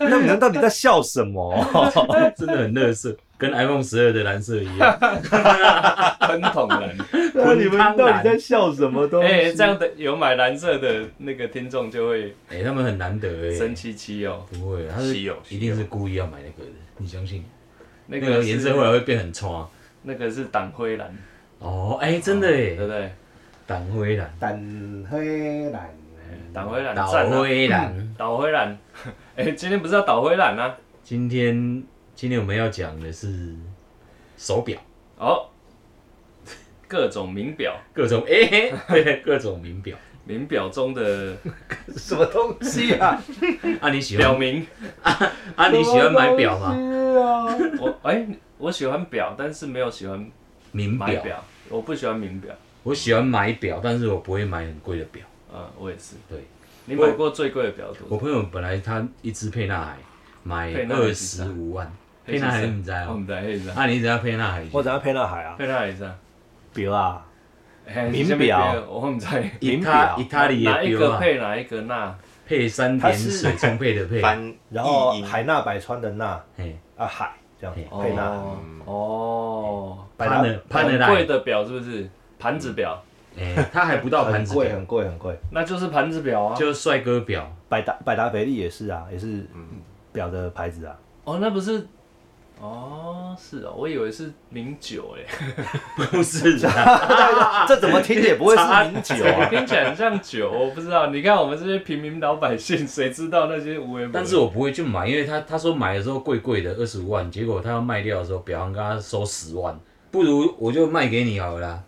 你们到底在笑什 么？真的很乐色，跟 iPhone 十二的蓝色一样。 喷桶蓝。当然你们到底在笑什么东西？哎、这样的有买蓝色的那个听众就会哎、他们很难得哎、生气气哦。不会，他是稀有一定是故意要买那个的，你相信？那那个个是颜色后来会变很差。那个是党徽蓝，哦，哎、真的对不哎，对？党徽蓝，胆灰蓝，党徽蓝党赞啊！徽蓝。党徽蓝， 哎、今天不是要党徽蓝啊？今天今天我们要讲的是手表，哦，各种名表，各种哎、对，各种名表。名表中的什么东西 啊？啊，你喜表欢名。啊，你喜欢买表吗？吗？我哎、我喜欢表，但是没有喜欢名买表，表，我不喜欢名表。我喜欢买表，但是我不会买很贵的表。嗯，我也是。对，你买过最贵的表我多少？朋友本来他一只沛纳海买沛纳海二是啥十五万，沛纳海你知道我哦？们在黑山，啊，你知道沛纳海？我怎样配到海啊？黑山黑山。表啊，哎名你下面表别的我们在意名大表意大利哪的一表个啊，配哪一个那？配三它点是水充沛的沛，翻译然后音海纳百川的纳嘿，啊海这样嘿配纳哦哦，百潘纳的潘的很贵来，的表是不是？盘子表，哎，他还不到盘很子贵表，很贵很贵，那就是盘子表啊。就帅哥表，百达百达翡丽也是啊，也是表的牌子 啊。哦，那不是。哦，是哦，我以为是名酒哎，。不是啊，这怎么听也不会是名酒啊 听起来很像酒，我不知道。你看我们这些平民老百姓，谁知道那些无为？但是我不会去买，因为他他说买的时候贵贵的二十五万，结果他要卖掉的时候，表行跟他收十万，不如我就卖给你好了啦，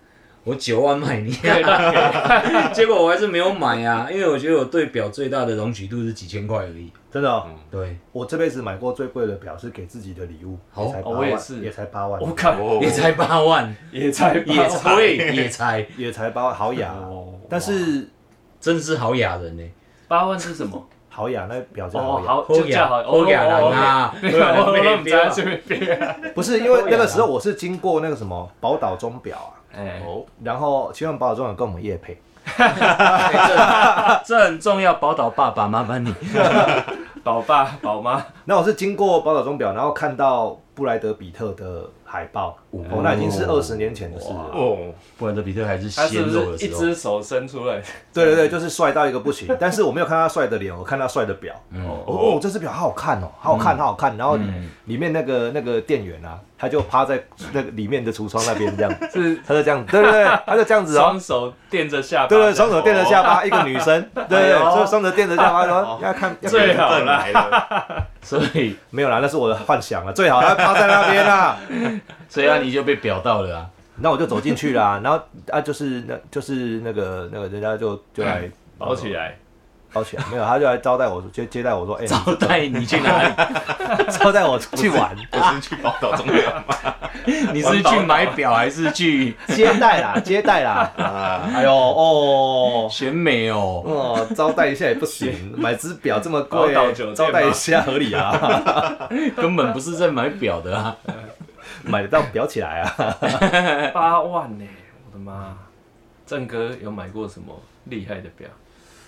我九万卖你、对那个结果我还是没有买啊，因为我觉得我对表最大的容许度是几千块而已。真的、哦，对，我这辈子买过最贵的表是给自己的礼物，好也才八哦我万，也是也才八万，我靠，哦也才八万，也才八也万才也才，也才八万，好雅啊、哦但是真是好雅人呢、八万是什么？好雅那表真好哦，雅，好，就叫好，哦好雅人啊，我我们标在这边编。不是因为那个时候我是经过那个什么宝岛钟表啊，哎，哦，然后希望宝岛钟表跟我们业配，哎这这很重要，宝岛爸爸麻烦你。宝爸宝妈，那我是经过宝岛钟表，然后看到布莱德比特的海报，嗯哦，那已经是二十年前的事了。哦，布兰德比特还是他是鲜不肉的是一时候，只手伸出来？对对对，就是帅到一个不 行，但是我没有看他帅的脸，我看他帅的表。哦，嗯哦， 这只表好好看哦，好好看，好好看。然后里面那个那个店员啊，他就趴在那个里面的橱窗那边这样， 是他就这样，对对对，他就这样子哦双，手垫着下巴， 对对，双手垫着下 巴，一个女生，对对，哦哎呦哦就双手垫着下 巴，说要看，要看最好正啦。来了，所以没有啦，那是我的幻想了，最好他趴在那边啦。 所以啊，你就被表到了啊。那我就走进去啦，然后啊，就是那，就是那个那个人家就就来哎包起来，包起来，没有，他就来招待我，接接待我 说，哎，招待你去哪里？ 招待我出去 玩，我是去报道中央 你是去买表还是去接待啦， 接待 啦，啊，哎呦 哦。选美哦？哦，招待一下也不行，买只表这么宝贵岛酒店，吗招待一下合理啊， 根本不是在买表的啊。买得到表起来啊。八万呢！我的妈！郑哥有买过什么厉害的表？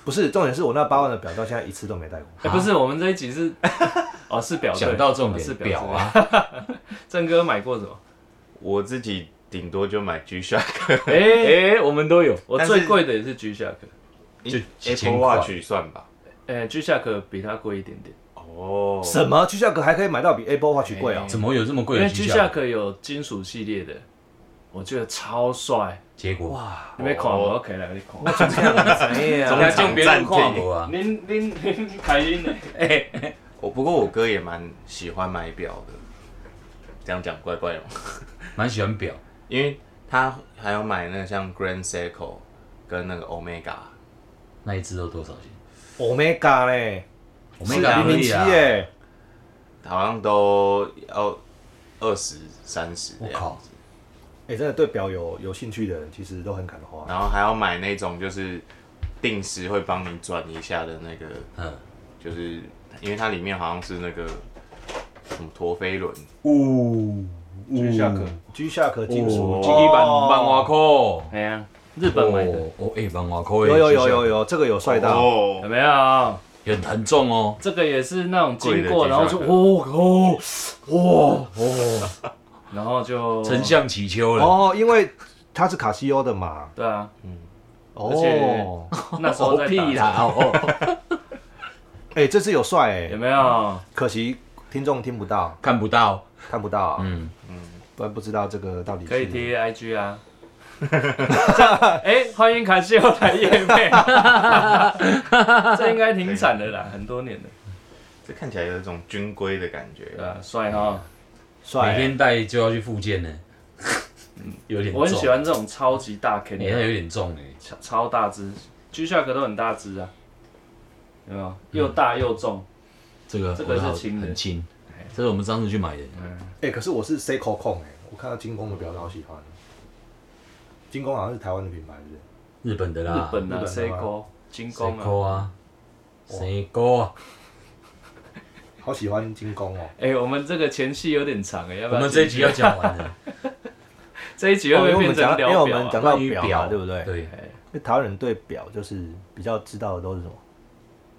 不是，重点是我那八万的表到现在一次都没戴过。哎，不是，我们这一集是哦，是表对讲到重哦是点，表表对 啊。郑哥买过什么？我自己顶多就买 G Shock，哎，哎，我们都有。我但是最贵的也是 G Shock，就几千 Apple 块 Watch 算吧，哎，G Shock 比它贵一点点，哦，什么居价格还可以买到比 Apple Watch 贵哦？怎么有这么贵因为的 G G Shock？ Shock 有金属系列的，我觉得超帅。结果哇，你没看我，OK 来，你看。 哎呀，中场暂停。我啊！您您您开音呢？我哦不过我哥也蛮喜欢买表的，这样讲怪怪的吗，蛮喜欢表，因为他还有买那个像 Grand Seiko 跟那个 Omega，那一只都多少钱？ Omega 嘞，我是零零啊七耶，好像都要二十三十我这样靠子，哎，真的对表有有兴趣的人，其实都很敢花。然后还要买那种就是定时会帮你转一下的那个。嗯，就是因为它里面好像是那个什么陀飞轮，呜嗯居下课，居下壳金属哦一万万外块，哎呀，日本买的，哦，哎，万外块，有有有有有，这个有帅到，哦有，没有？很很重哦。这个也是那种经过，贵的然后就吉哦哦哦，哦，然后就丞相起秋了，哦，因为它是卡西欧的嘛。对啊，而哦，且那时候 在打屁啦，哦，哎，这次有帅有哎，没有？可惜听众听不到，看不 到，看不到啊，嗯，不然不知道这个到底可以是贴 IG 啊。这样哎、欢迎卡西欧来夜配，这应该停产了啦，很多年了，这看起来有一种军规的感觉对。啊，帅哈！帅每欸。天带就要去复健呢， 有点重，我很喜欢这种超级大 K 欸，你的，看有点重哎，超超大只，G Shock 都很大只啊，有没有？又大又重，这个这个是轻的哎很轻，这是我们上次去买的，哎，可是我是 Seiko 控哎，我看到精工的表超喜欢。精工好像是台湾的品牌，是不是？日本的日啦，本日啊本的吗，Seiko 精工啊， Seiko 啊，谁勾啊？好喜欢精工哦。哎、我们这个前戏有点长哎、要不我要们这一集要讲完了，这一集会哦因不为会我变们讲到，成因为聊我表们啊？讲到关于表嘛，表对不对？ 对，因为台湾人对表就是比较知道的都是什么，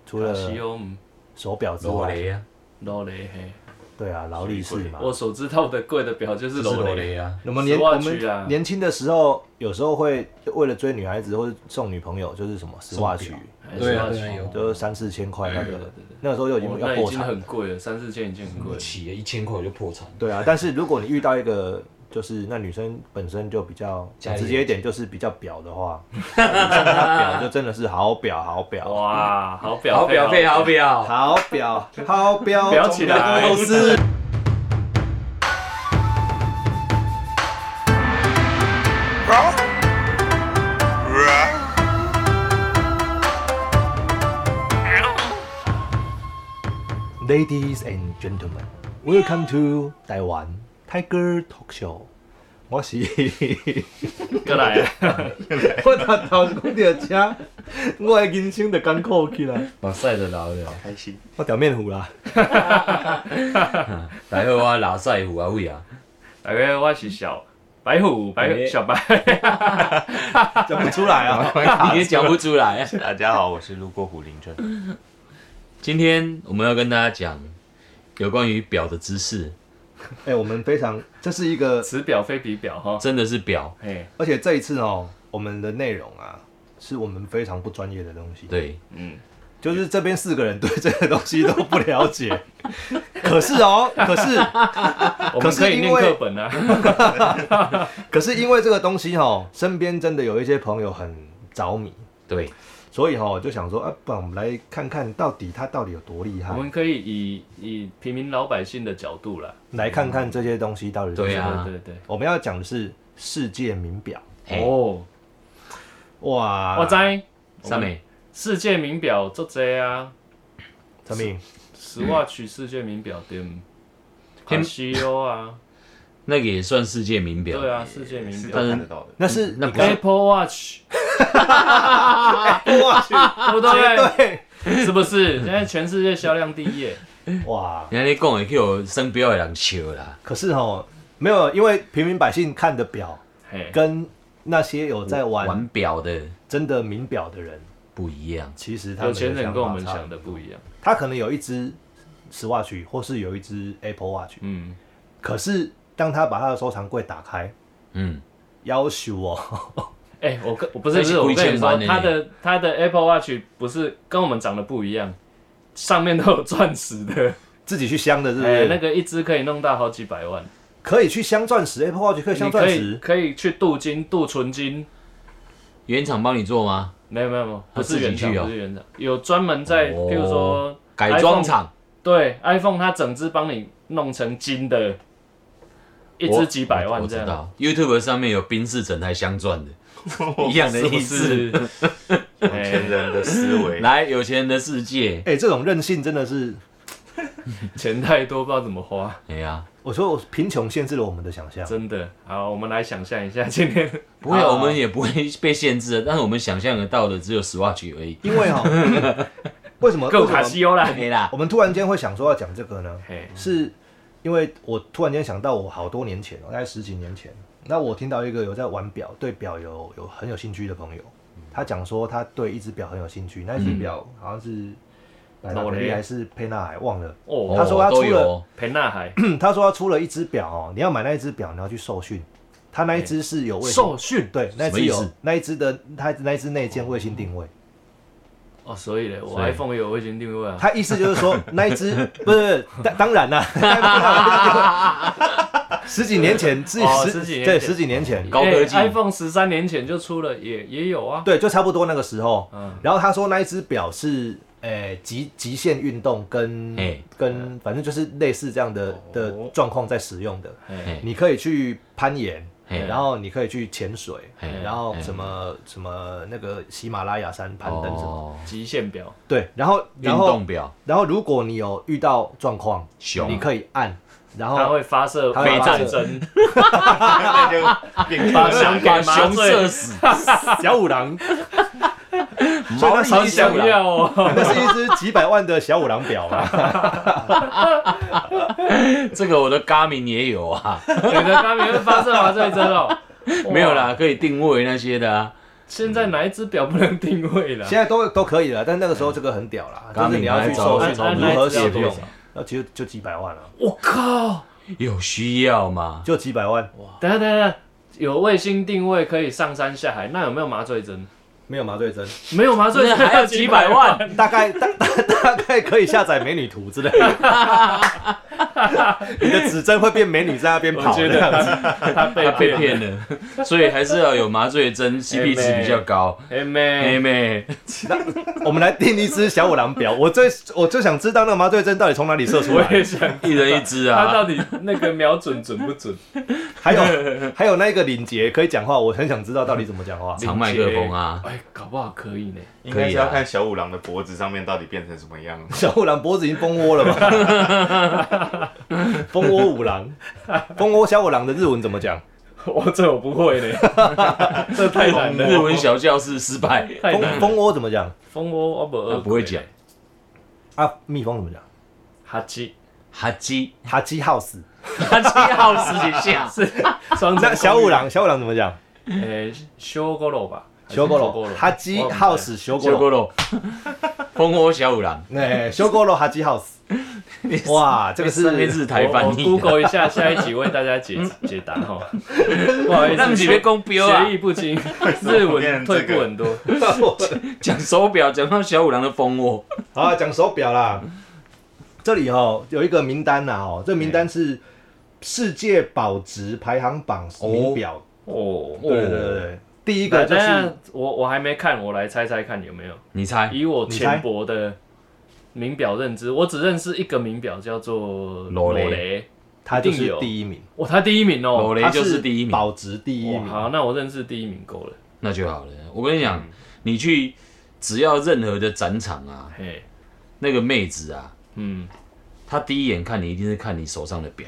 除卡了西欧嗯手表之罗外，雷啊，劳雷嘿，对啊，劳力士嘛。我所知道的贵的表就是这是劳罗雷。雷啊，我们年我 Swatch 们啊年轻的时候，有时候会为了追女孩子或者送女朋友，就是什么 Swatch，哎还是对啊要对啊去有就是三四千块那对个对对，那个时候就已哦经那要已破经产。很贵了，三四千已经很贵我了。起了一千块我就破产，对啊，但是如果你遇到一个就是那女生本身就比较家里直接一点，就是比较表的 话，你送她表就真的是好表好表哇，好表好表配好表。表，好表好表， 表起来总是Ladies and gentlemen, welcome to 台湾 Tiger Talk Show。我是过来啊，我头头讲着车，我的人生就艰苦去啦。马赛的老了，开心，我表面糊啦，来后啊，拉赛有啊位 啊，大概我是小白虎，白哎虎小白，讲不出来啊。你也讲不出来。啊大啊家好，我是路过虎林镇。今天我们要跟大家讲有关于表的知识，哎、我们非常，这是一个，此表非彼表哈。真的是表，嘿，而且这一次哦，我们的内容啊，是我们非常不专业的东西。，对，嗯，就是这边四个人对这个东西都不了解。可是哦，可是我可们是可以念因为课本啊。可是因为这个东西哦，身边真的有一些朋友很着迷，对，所以哦，就想说啊，不然我们来看看到底他到底有多厉害我，们可以以以平民老百姓的角度啦，来看看这些东西到底是对啊对对我们要讲的是世界名表，对。嘿，哦，哇！我知上面世界名表做这啊，陈明， Swatch 世界名表店，卡天西欧啊，那个也算世界名表，对啊，世界名是都表看得到的。那嗯是那你不是刚 Apple Watch，哇去，对不对？ 对，是不是？现在全世界销量第一耶，哇！人家你讲的去有身标的人笑啦，可是哦，没有，因为平民百姓看的表嘿，跟那些有在玩玩表的真的名表的人，不一样，其实他有们的钱人想跟我法们差想很的多不一样。他可能有一只 Swatch 或是有一只 Apple Watch，嗯，可是当他把他的收藏柜打开，嗯，要求哦，哎，我跟我不是不这是是我跟你故意说，先玩的他的他的 Apple Watch 不是跟我们长得不一样，上面都有钻石的，自己去镶的，是不哎，那是？个一只可以弄到好几百万，可以去镶钻石，Apple Watch 可以镶你可钻以石，可以去镀金、镀纯金。原厂帮你做吗？没有没有没有，不他自是己原厂，去哦不是原厂，有专门在，哦譬如说改装 iPhone 厂，对，iPhone 它整只帮你弄成金的，一只几百我万我知这样。道，YouTube 上面有宾士整台镶钻 的，一样的是不意思。是？ 有钱人的思维，来，有钱人的世界，哎，这种任性真的是，钱太多不知道怎么花，哎呀，我说我贫穷限制了我们的想象。真的。好，我们来想象一下今天， 不会啊，啊我们也不会被限制啊的，但是我们想象得到的只有 Swatch 而已。因为哈、 为什么够为什卡么西嗯欧啦。 OK 啦我，们突然间会想说要讲这个呢？嘿，是因为我突然间想到，我好多年前，哦大概十几年前，那我听到一个有在玩表、对表有有嗯很有兴趣的朋友，他讲说他对一只表很有兴趣，那一只表好像是百达翡丽还是沛纳海忘了。哦，他说他出都有了哦沛纳海他说他出了一只表哦，你要买那一只表，你要去受训。他那一只是有卫星，哎受训对，那一什么只意有思那一只的，他那一只内建卫星定位。哦，所以嘞，我所以 iPhone 也有卫星定位啊。他意思就是 说，那一只不是，当当然啦， 十几年前，自己哦十十几年前对十几年前，高科技 i p h o n e 十三年前就出了，也也有啊。对，就差不多那个时候。嗯然后他说那一只表是，诶、极极限运动跟嘿跟反正就是类似这样的的哎哦状况在使用的。哎，你可以去攀岩，嘿然后你可以去潜水，嘿然后什么什么那个喜马拉雅山攀登什么。哦极限表，对，然后运然后动 表然后如果你有遇到状况，熊你可以按，然它后会发射它会哦发射针， 那就变把成熊了给把麻熊醉射， 死，小五 郎，毛利好小想五要哦。那是一只几百万的小五郎表嘛？这个我的 Garmin 也有啊，你的咖啡会发射麻醉针哦？ 没有啦，可以定位那些的啊。现在哪一只表不能定位了现？在都都可以了，但那个时候这个很屌啦，嗯就是你要去刚搜刚寻才找如何使按按按用，那其实就几百万了，我靠！有需要吗？就几百万，等一下等一下，有卫星定位可以上山下海，那有没有麻醉针？没有麻醉针，没有麻醉针，还有几百万，大概大大大概可以下载美女图之类的。 你的指针会变美女在那边我跑，觉这得样他他被他被。骗了， 所以还是要有麻醉 针，CP 值比较高。哎妹妹，妹， 我们来定一只小五郎表，我最我就想知道那个麻醉针到底从哪里射出我也来。想，一人一支他啊到，底那个瞄准准不 准？还有还有那个领结可以讲话，我很想知道到底怎么讲 话。长麦克风啊，哎，搞不好可以呢。应该是要看小五郎的脖子上面到底变成什么样。小五郎脖子已经蜂窝了吧？ 蜂窝五郎，蜂窝小五郎的日文怎么讲？我哦这我不会呢， 这太 难日了，文小教室失败，太蜂难了。蜂窝怎么讲？蜂窝我不他不会讲。啊，蜜蜂怎么讲？哈七哈基，哈基 house。哈基号十几 下，是双那小五郎，小五郎怎么讲？诶，修过了吧？小狗还是罗修，哈基 house，小狗结罗果。 咯，蜂窝小五郎，哎，小狗罗哈基 house。哇，这个是那日我台翻我译的， Google 一下下一集为大家解 解答哈。不好意那不思，是被公标啊学艺，不精，日文退步很多。讲手表讲到小五郎的蜂窝， 好啊，讲手表啦。这里哦有一个名单呐哦，这哎名单是世界保值排行榜名表。哦，对对对对，第一个就等一下是我我还没看，我来猜猜看有没有。你猜以我浅薄的名表认知，我只认识一个名表叫做罗雷雷，他就一定是有第一名，哇，他第一名罗哦。雷他就是第一名，保值第一哇，名。好，那我认识第一名够了。那就好了。我跟你讲，你去只要任何的展场啊，嘿，那个妹子啊，嗯她第一眼看你一定是看你手上的表，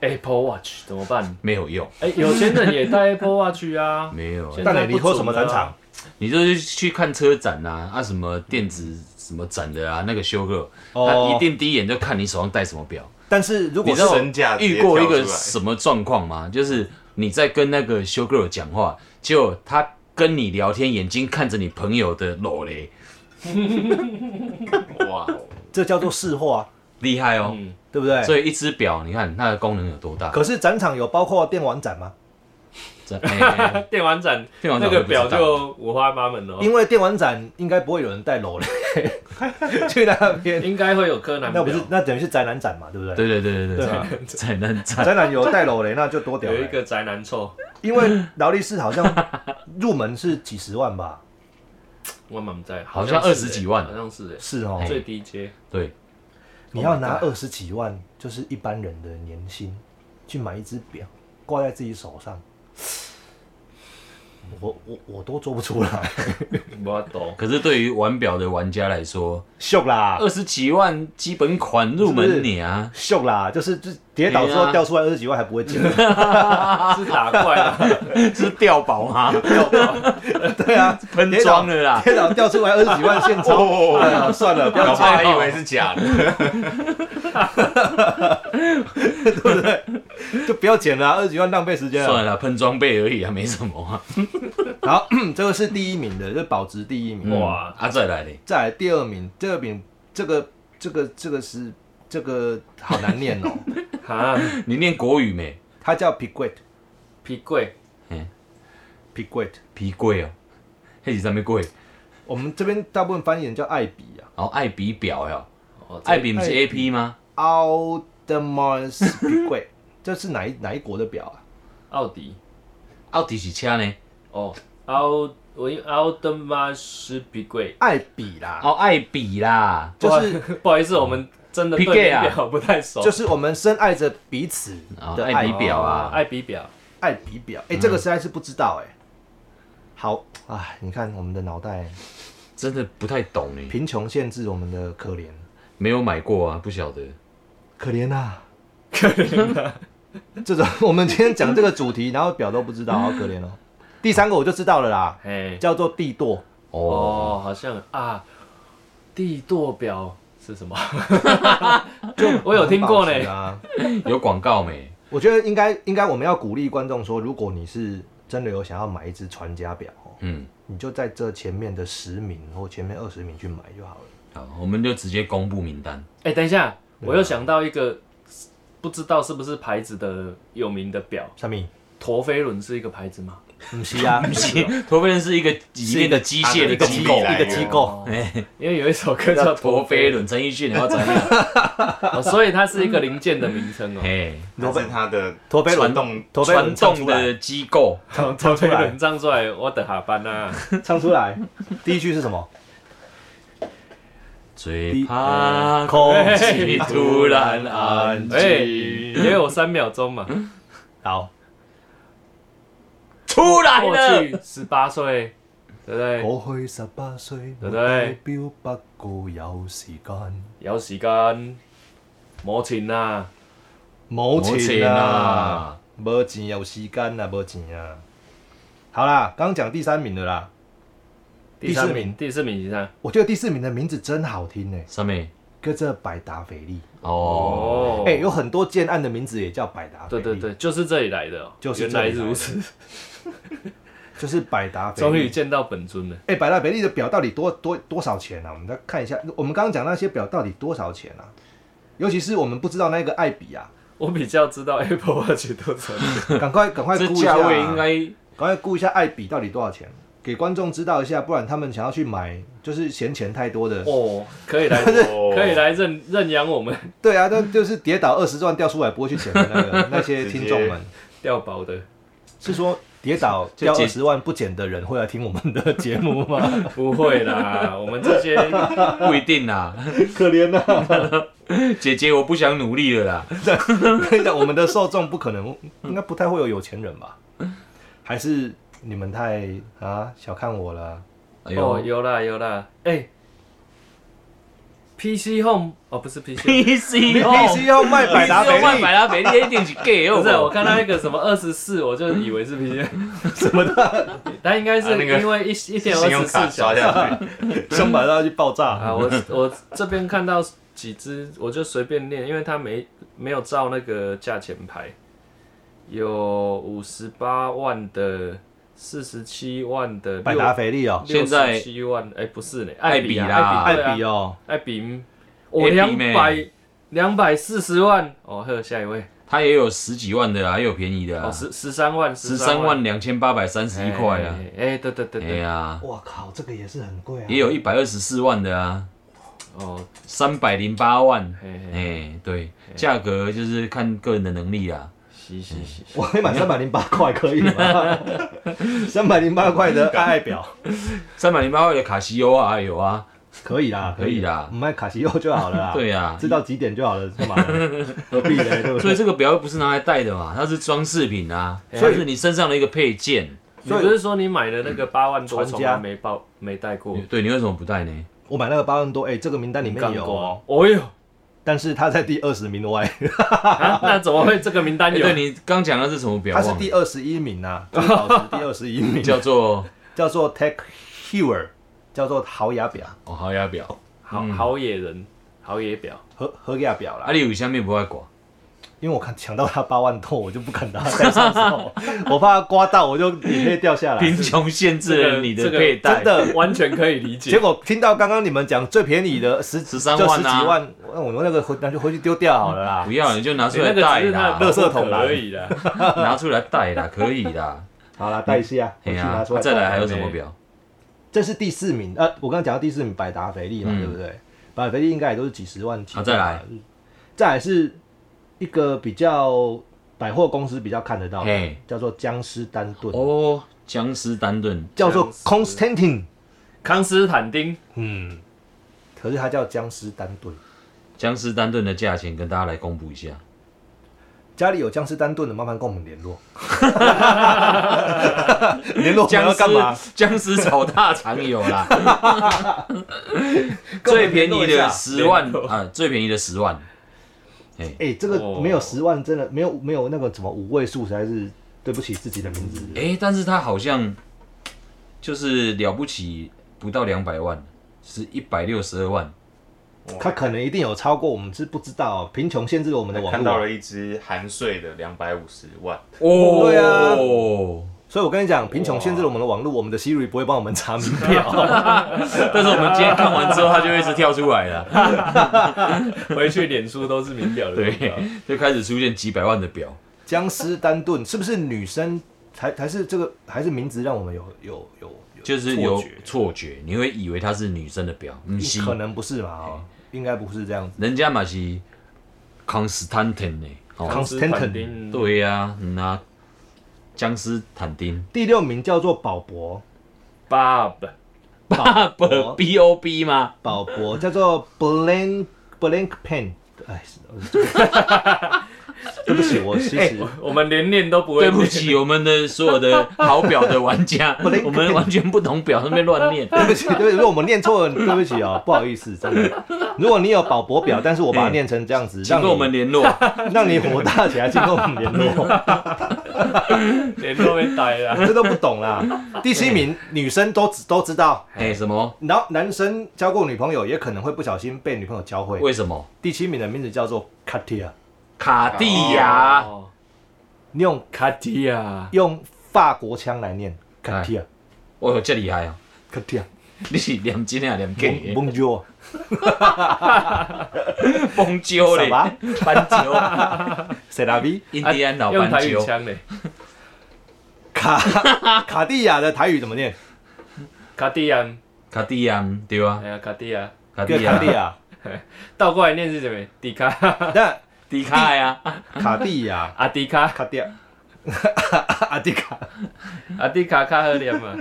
，Apple Watch 怎么办？没有用，哎，有钱人也戴 Apple Watch 啊。没有。现在但你你不说准什么展了场啊？？你就是去看车展啊，啊什么电子什么展的啊，那个修个，哦他一定第一眼就看你手上戴什么表。但是如你果知是道身价直接遇过一个跳出来什么状况吗？就是你在跟那个修 girl 讲话，结果他跟你聊天，眼睛看着你朋友的裸雷， 哇，这叫做市货 啊，厉害哦！嗯，对不对？所以一只表，你看它的功能有多大？可是展场有包括电玩展吗？这哎嗯电玩展电玩展 那个我不知道表就五花八门哦，因为电玩展应该不会有人带楼嘞， 去那边，应该会有柯南那表不是那等于是宅男展嘛， 对不对？对对对对对对啊，才能站。宅男有带楼嘞，那就多屌有一了。个宅男臭，因为劳力士好像入门是几十万吧，我满在，好像20是欸几万好像是欸是哦哎，最低阶，对，你要拿二十几万，就是一般人的年薪，去买一只表挂在自己手上，我我我都做不出来，我懂。可是对于玩表的玩家来说，秀啦二十几万基本款入门你啊，秀啦，就是就跌倒之对后啊掉出来二十几万还不会捡，是打怪啊， 是掉宝吗？ 对啊，喷跌倒装了啦，跌倒掉出来二十几万现钞，哦哎呀算了，不要搞捡不好还以为是假的。就不要捡了、啊，二十几万浪费时间了。算了啦，喷装备而已啊，没什么啊。好， 这个是第一名的，这保值第一名。嗯哇啊，再来嘞，再来第二名，第二名这个这个这个是这个好难念 哦，哈，你念国语没？它叫 Piguet 皮贵 Piguet，皮贵哦，那是什么贵？我们这边大部分翻译人叫艾比啊然后爱比表哟，哦，这爱比不是 A P 吗？ ，Audemars Piguet，这 是哪一哪一国的表啊？奥迪奥迪是车呢？哦，奥我用奥登马斯皮贵，艾比啦，哦，爱比啦，就是不好不好意思，我们真的对 PK 啊比表不太熟，就是我们深爱着彼此哦的爱爱比表嗯啊爱比表，爱比表，哎、这个实在是不知道哎、好，哎，你看我们的脑袋，真的不太懂呢，贫穷限制我们的可怜，没有买过啊，不晓得。可怜啊，可怜啊！这种我们今天讲这个主题，然后表都不知道，好可怜哦。第三个我就知道了啦，嘿，叫做地惰，哦，哦，好像啊，地舵表是什么？就我有听过很保持呢，啊。有广告没？我觉得应该应该我们要鼓励观众说，如果你是真的有想要买一只传家表哦，嗯，你就在这前面的十名或前面二十名去买就好了。好，我们就直接公布名单。哎，等一下，我又想到一个。不知道是不是牌子的有名的表，上面陀飞轮是一个牌子吗？不是啊， 陀飞轮是一个里面的机械的一个机 机构器，来一个机构。哦因为有一首歌叫《陀陀飞飞轮，陈奕迅，然后怎样？哦，所以它是一个零件的名 称哦。嘿，罗罗贝本他的陀飞轮传动陀飞传轮动的机构，从从推轮唱出来，我等下班啊。唱出来，第一句是什么？最怕空气突然安哎、静，也有三秒钟嘛。好，出哎来过了。去十八岁，对不对？我去十八歲，對對目標不過有時間。有時間，冇錢啊，冇冇錢錢啊啊，冇錢有時間啊，冇錢啊。好啦，剛講第三名的啦，第四名，第四名是啥？我觉得第四名的名字真好听呢、上面叫做百达翡丽。哦，哎、有很多建案的名字也叫百达翡对丽，对对，，就是这里来的、哦，就是原这里来来的如此，就是百达翡终于丽。见到本尊了。哎、百达翡丽的表到底多多多少钱啊？我们再看一下，我们刚刚讲那些表到底多少钱啊？尤其是我们不知道那个艾比啊，我比较知道 Apple Watch 多少钱，赶快赶快 这估一下价啊，位应该赶快估一下艾比到底多少钱，给观众知道一下，不然他们想要去买，就是嫌钱太多的。哦，可以来，哦可以来认认养我们对啊，那就是跌倒二十段掉出来不会去捡的那个那 些听众们，掉宝的，是说跌倒掉二就捡十万不捡的人会来听我们的节目 吗？不会 啦，我们这些哎不一定啦。可怜啊呐、 姐姐，我不想努力了啦。我跟你讲，我们的受众不可能，应该不太会有有钱人吧？还是你们太啊小看我了？哎哦， 呦有啦有啦，哎、p c Home 哦，不是 PC，Home 哦，PC 必须要卖百达翡卖丽百达翡丽一定是 gay 哦。 不是，我看到一个什么二十四，我就以为是 PC 什么的，但应该是啊那个因为一一天信二用十卡四小刷时下去，想把它去爆炸。啊。我我这边看到几只，我就随便念，因为它没没有照那个价钱排，有五十八万的，四十七万的，百达翡丽哦，现在七万，哎、不是呢，艾艾比比啦啊，艾对啊比哦，艾比，我艾比两咩百两百四十万哦，呵，下一位它也有十几万的啦，也有便宜的哦，啦，十十三万，啊十三万两千八百三十一块啊。哎，哎对对对哎对，呀，哇靠，这个也是很贵啊，也有一百二十四万的啊，哦，三百零八万。嘿嘿，哎，对，价格就是看个人的能力啊。是是是，我可以买三百零八块，可以 吗？三百零八块的爱爱表，三百零八块的卡西欧啊，有啊，可以啦，可以啦我们卖卡西欧就好 了啦。对啊知。道几点就好了，干嘛呢？ 何必呢？对不所对？以这个表又不是拿来戴的嘛，它是装饰品啊，所所以以是你身上的一个配件。你不是说你买的那个八万多传从家来没报没带过？对你为什么不戴呢？我买那个八万多，哎，这个名单里面有哦，哦，哦呦，但是它在第二十名的外，啊，那怎么会这个名单哎，有？对你刚讲的是什么表？它是忘了第二十一名呐，最保值第二十一 名， 叫做叫做 Tech Heuer，叫做豪雅表，哦豪雅表。好嗯好野人，好野表，和和雅表啊，啦。你有啥物不爱挂？因为我看抢到他八万多，我就不敢拿在上 手，我怕他刮到，我就眼泪掉下来。贫穷限制了你的这个佩戴，真的，完全可以理结解。果听到刚刚你们讲最便宜的十13就万十啊几万，那我那个回拿去回去丢掉好了啦不。要你就拿出你哎那来戴个只是他啦的，垃 圾桶啦而已啦，拿出来戴啦，可以啦。好啦，带一下，回哎去呀、拿出来。再来还有什么表？这是第四名，呃，我刚刚讲到第四名百达翡丽嘛，嗯对不对？百达翡丽应该也都是几十万起。啊再来，再来是一个比较百货公司比较看得到的嘿，叫做僵尸丹顿，哦，僵尸丹顿，叫做僵尸 Constantine，康斯坦丁嗯，可是它叫僵尸丹顿。僵尸丹顿的价钱跟大家来公布一下。家里有僵尸丹顿的，麻烦跟我们联 络。联络我们僵要尸干嘛？ 僵尸炒大肠有啦，最便宜的十万啊，最便宜的十万，哎、这哦个没有十万，真的没有没有那个什么五位数，实在是对不起自己的名字。哎、但是它好像就是了不起，不到两百万，是一百六十二万。他可能一定有超过，我们是不知道。贫穷限制了我们的网看络到啊。了一只含税的两百五十万，哦对啊啊，所以我跟你讲，贫穷限制了我们的网络，我们的 Siri 不会帮我们查名 票。但是我们今天看完之后，它就一直跳出来了，回去脸书都是名表的对广告，就开始出现几百万的表。僵尸丹顿是不是女生？还还是这个还是名字让我们有有有有就是有错觉嗯错觉，你会以为它是女生的表，不是，可能不是嘛？哦，应该不是这样子。人家嘛是 Constantine 呢、哦，康康斯坦 Constantine 丁对呀、嗯啊，僵尸坦丁，第六名叫做宝博， Bob 宝 不博 B O B 吗？宝博叫做 blank blank pen。哎，是的 对不起，我其哎实我们连念都不会对念，不起，我们的所有的好表的玩家，我们完全不同表，那边乱念。对不起，对不起，如果我们念错了，对不起 哦，不好意思，真的。如果你有宝博表，但是我把它念成这样子，请让跟你我们联络，让你 火大起来，请跟我们联 络，脸都会呆 啦。这都不懂啦。第七名，女生都知都知道，哎，什么？然后男生交过女朋友，也可能会不小心被女朋友教会。为什么？第七名的名字叫做 Katia，卡地亚，哦你用卡哎地亚，用法国腔来念哎 Katia。我有这厉害哦！ Katia，你是念真啊，念假的？ 蒙啾，崩鸠什嘞，么斑鸠，塞拉比印第安老用斑台语鸠，腔嘞， 卡卡地亚的台语怎么念？卡地亚，卡地亚对啊哎，呀，卡地亚，卡地叫卡亚地， 亚，倒过来念是什么？迪卡那迪卡呀，卡地亚，阿迪卡，卡地亚， 阿迪卡。阿迪卡卡和念嘛，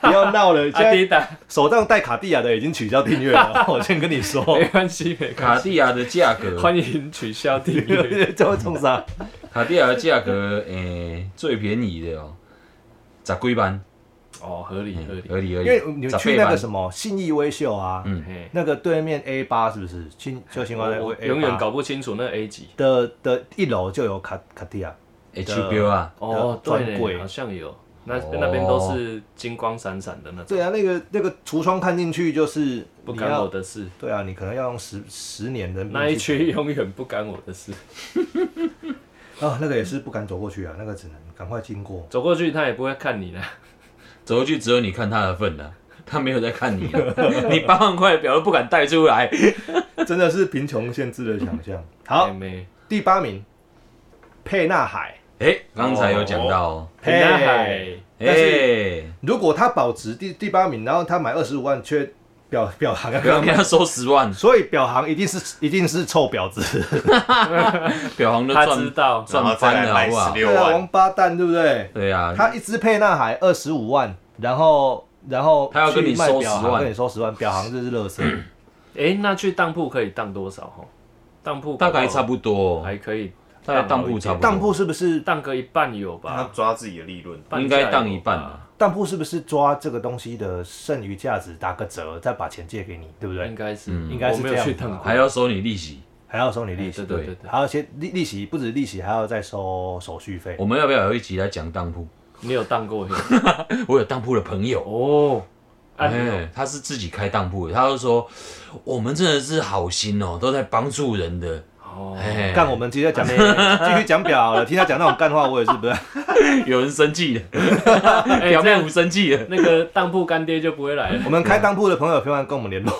不要闹了，现阿迪在达，手上戴卡地亚的已经取消订阅 了，我先跟你说。没关系，没关 卡地亚的价格 系，，欢迎取消订 阅。这会冲啥？卡地亚的价格，诶，最便宜的哦，十几万，哦，合理合理，合理合因理。为你们去那个什么，么信义威秀啊，嗯嘿那个对面 A 八是不是？青秀星湾的我 A 永远搞不清楚那 A 级。的的一楼就有卡卡地亚， ，H B 啊，哦，专对柜嘞，好像有。那哦那边都是金光闪闪的那种对，啊，那个那个橱窗看进去就是不你干要我的事。对啊，你可能要用十十年的那一区永远不干我的事。啊，那个也是不敢走过去啊，那个只能赶快经过。走过去他也不会看你的，走过去只有你看他的份了， 他没有在看你了， 你八万块的表都不敢带出来。 真的是贫穷限制了想象。好嗯妹，妹，第八名，沛纳海。诶，刚才有讲到哦，沛沛纳海但是诶，如果他保值第第八名，然后他买二十五万，却表表行要不要给他收十万，所以表行一定是一定是臭婊子，表行都他赚，知道赚然后再来卖翻了好十不六对啊，王万，八蛋，对不对？对啊，他一支沛纳海二十五万，然后然后他要跟你去卖收表行10万嗯跟你收十万，表行这是垃圾。哎、那去当铺可以当多少？吼，当铺大概差多，不多，哦还可以，大概当铺差不多，当铺是不是当个一半有他吧？抓自己的利润，半价有吧应该当一半啊吧，当铺是不是抓这个东西的剩余价值打个折，再把钱借给你，对不对应？该是，嗯应该我是没这有样去子当嘛，过还要收你利息。还要收你利哎对息对，对对对，还要先利利息不止利息，还要再收手续费。我们要不要有一集来讲当铺？你有当过嘿我有当铺的朋友，哦？啊，你有哎，他是自己开当铺的，他就说我们真的是好心哦，都在帮助人的。哦，哎干，我们继续 讲，哎继续讲表好了。听他讲那种干话，我也是不是？有人生气了，哎表这面样无生气 了。那个当铺干爹就不会来 了。我们开当铺的朋友，平常跟我们 联络。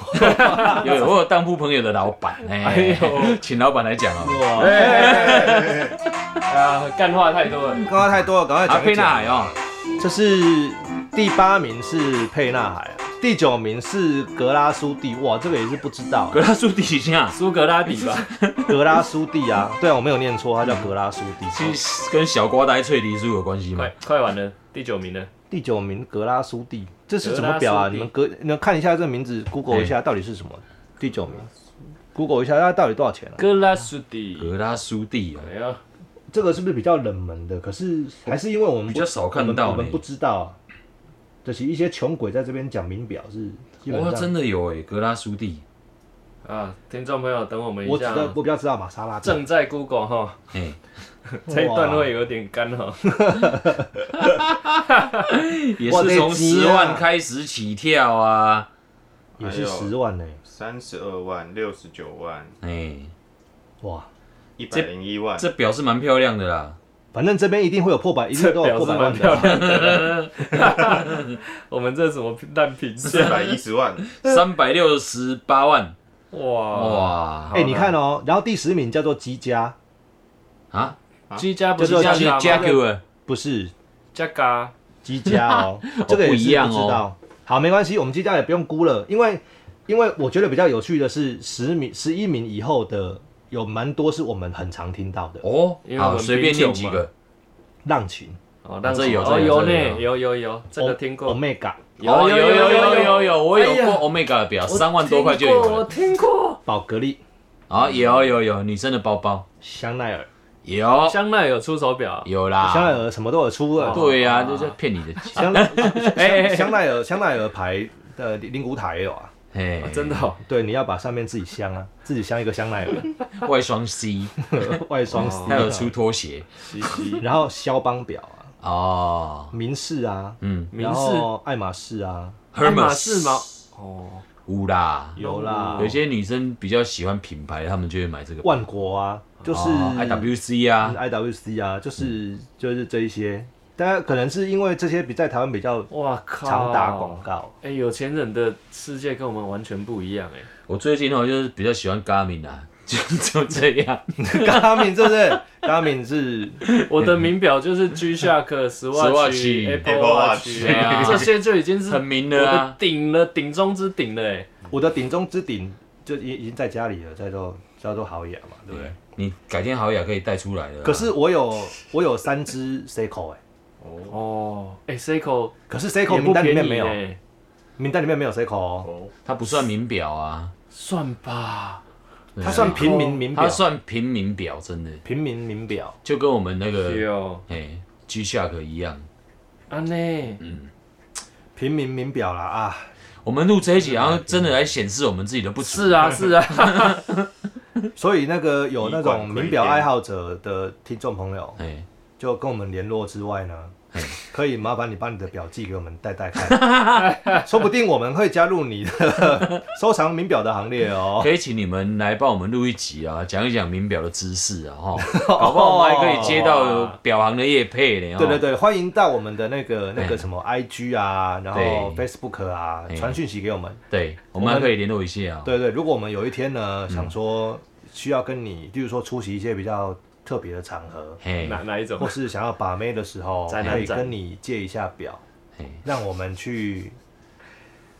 有有，我有当铺朋友的老板，哎，请老板来讲啊。哎 啊，干话太多了。干话太多了，赶快 阿啊讲佩一纳讲。海哦，这是第八名是佩纳海，啊第九名是格拉苏蒂。哇，这个也是不知道格拉苏底下苏格拉底吧，格拉苏蒂啊。对啊，我没有念错，它叫格拉苏蒂。其实跟小瓜呆脆梨酥有关系吗快？快完了，第九名了。第九名格拉苏蒂，这是怎么表格拉啊？苏蒂你们格，你们看一下这名字，Google 一下到底是什么？第九名，Google 一下它到底多少钱啊？格拉苏底，格拉苏蒂哦，哎呀，这个是不是比较冷门的？可是还是因为我们不比较少看到我们我呢们不知道啊。就是一些穷鬼在这边讲名表是基本哇，上，真的有哎，格拉苏蒂，啊，听众朋友，等我们我一只下知啊，道我比较知道玛莎拉蒂。正在 Google 哈，哎，这一段会有点干哦哈。也哇这是从集啊十万开始起跳啊，也哎是十万呢、三十二万、六十九万、哎，哇！一百零一万，这表是蛮漂亮的啦，反正这边一定会有破百， 一定都有表破是百蛮万漂的。亮的。 我们这什么烂评四啊价？百一十 万，三百六十八万，哇，哇，好哎、你看啦哦，然后第十名叫做吉家，啊，居家不就是是加去加加吗？ Q 啊，不是加嘎，吉 家哦，这个也是不一样哦不知道。好，没关系，我们吉家也不用估了，因为因为我觉得比较有趣的是十名、十一名以后的有蛮多是我们很常听到的哦因，为我好，们随便贫穷念几嘛个，浪琴、哦，让这有哦这有这有有呢，有有有，这个听过， Omega、哦有有有有有有，我有哎呀过 Omega 的表，三万多块就有我了，听过。宝格丽、啊，有有有，女生的包包香奈儿、有香奈有出手表，有啦，香奈儿什么都有出的。对呀，这是骗你的钱， 香奈哎哎香香奈儿香奈儿牌的灵骨塔也有啊。哎哦，真的哦，对，你要把上面自己镶啊，自己镶一个香奈儿，外双 C， 外双 C，哦还有出拖鞋嘻嘻，然后肖邦表啊，哦，明仕啊，嗯名然士后爱马仕啊，爱马仕是吗？哦，有啦，有啦，有些女生比较喜欢品牌，她们就会买这个，万国啊，就是哦 IWC 啊， IWC 啊，就是就是这一些，大家可能是因为这些比在台湾比较哇靠，常打广。告，哎、有钱人的世界跟我们完全不一样哎、我最近哦就是比较喜欢 Garmin 啊， 就就这样，嗯 Garmin 是不是？Garmin 是我的名表就是 G Shock、Swatch、 Swatch Apple Apple Watch， Watch，对啊这些就已经是很明我了的啊，顶了，顶中之顶了哎、我的顶中之顶，就已已经在家里了，叫做叫做豪雅嘛，对不啊对？你改天好雅可以带出来了啊，可是我有我有三只 Seiko 哎、哦，哎、s e i k o 可是 Seiko 也名不单里便面宜没有，哎、名单里面没有 Seiko 哦，哦，它不算名表啊，算吧，对啊它算平民 Seiko 名表它，算平民表，真的平民名表。就跟我们那个啊有哎 G Shock 一样。安内，平民名表啦啊，我们录这一集，然后真的来显示我们自己的不足。是啊是啊，所以那个有那一种管窥名表天爱好者的听众朋友，哎，就跟我们联络之外呢嘿，可以麻烦你把你的表寄给我们带带看， 说不定我们会加入你的 收藏名表的行列哦。可以请你们来帮我们录一集啊，讲一讲名表的知识啊， 哈， 搞不好我们还可以接到表行的业配呢。齁哦对对，对，欢迎到我们的那个那个嘿什么 IG 啊，然后对 Facebook 啊，嘿传讯息给我们。对我们还可以联络一下啊。对对，如果我们有一天呢，想说需要跟你，例如说出席一些比较特别的场 合，嘿，哪哪一种 或？是想要把妹的时 候，宅男可以展跟你借一下表嘿，让我们去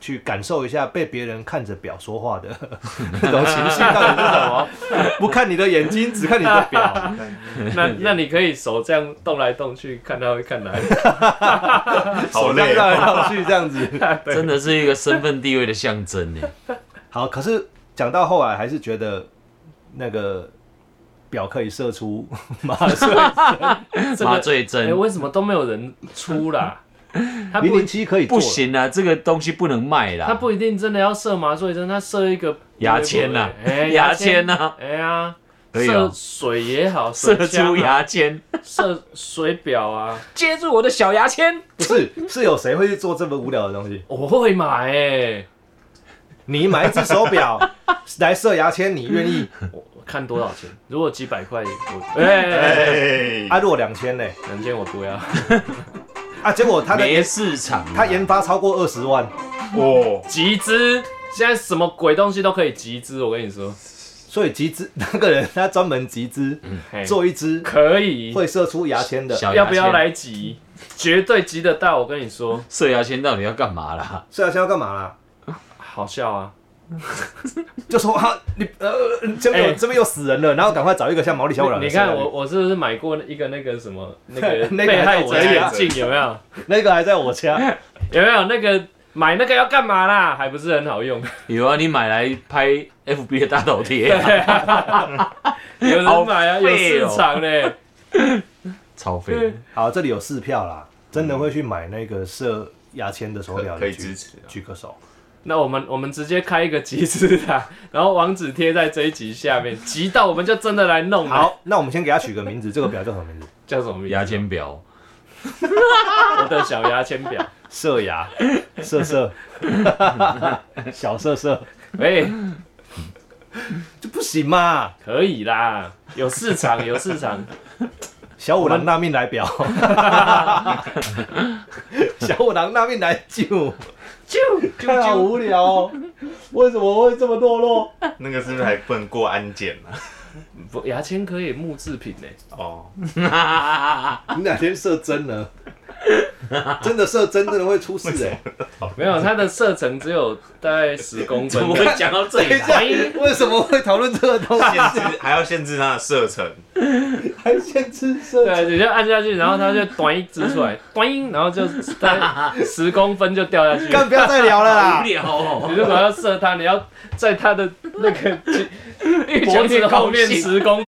去感受一下被别人看着表说话的 那种情绪到底是什 么？ 不看你的眼睛，只看你的表。那那你可以手这样动来动去，看他会看哪里。好累手这样绕来绕去这样子。真的是一个身份地位的象征欸呢。 好，可是讲到后来，还是觉得那个表可以射出麻 醉。这麻个醉哎、针为什么都没有人 出啦？他零不零七可以做不了，行啊，这个东西不能卖啦。他不一定真的要射麻醉针，他射一个牙签呐呐，哎， 牙签呐，呐，哎呀，可以哦射水也好，射枪出啊，牙签，射水表啊，接住我的小牙签。不是是有谁会去做这么无聊的东西？我会买哎， 你买一只手表来射牙签，你愿意？我看多少 钱。如果几百块，我哎哎啊，如果两千呢？两千我不要。啊，结果他的没市场啊，他研发超过二十万，哦，集资，现在什么鬼东西都可以集资，我跟你说，所以集资那个人他专门集资嘿做一支可以，会射出牙签的，小要不牙要签？来集？绝对集得到，我跟你说，射牙签到底要干嘛啦？射牙签要干嘛啦？好笑啊！就说啊，你呃这边哎有这边又死人了，然后赶快找一个像毛利小五郎你的你射下去。看我我是不是买过一个那个什么那 个那个被害者眼还在我镜有没有？那个还在我家，有没有那个买那个要干嘛啦？还不是很好 用，有啊，你买来拍 FB 的大头贴啊，有人买啊，好有废市哦场嘞。超费。好，这里有四票啦，真的会去买那个射牙签的手表的可以举支持啊举个手。那我们我们直接开一个集资的， 然后网址贴在这一集下面，集到我们就真的来弄了。好，那我们先给他取个名字，这个表叫什么名字？叫什么名字？牙签表，我的小牙签表。 射牙，射射，小射 射，喂、这不行嘛！可以啦，有市场，有市场。小五郎纳命来 表，小五郎纳命来救，看好无聊、哦，为什么会这么堕落？那个是不是还不能过安检啊？不，牙签可以木制品呢、哦，你哪天射针 了？真的射针真的会出事哎、没有，它的射程只有大概十公分。我会讲到这里啊等一来，下，为什么会讨论这个东西？限制还要限制它的射程，还先吃射对，你就按下去，然后它就短一支出来，短音，然后就大概十公分就掉下去。干不要再聊了好无啦！聊你哦。如果要射它，你要在它的那个脖脖子 子后后面面十公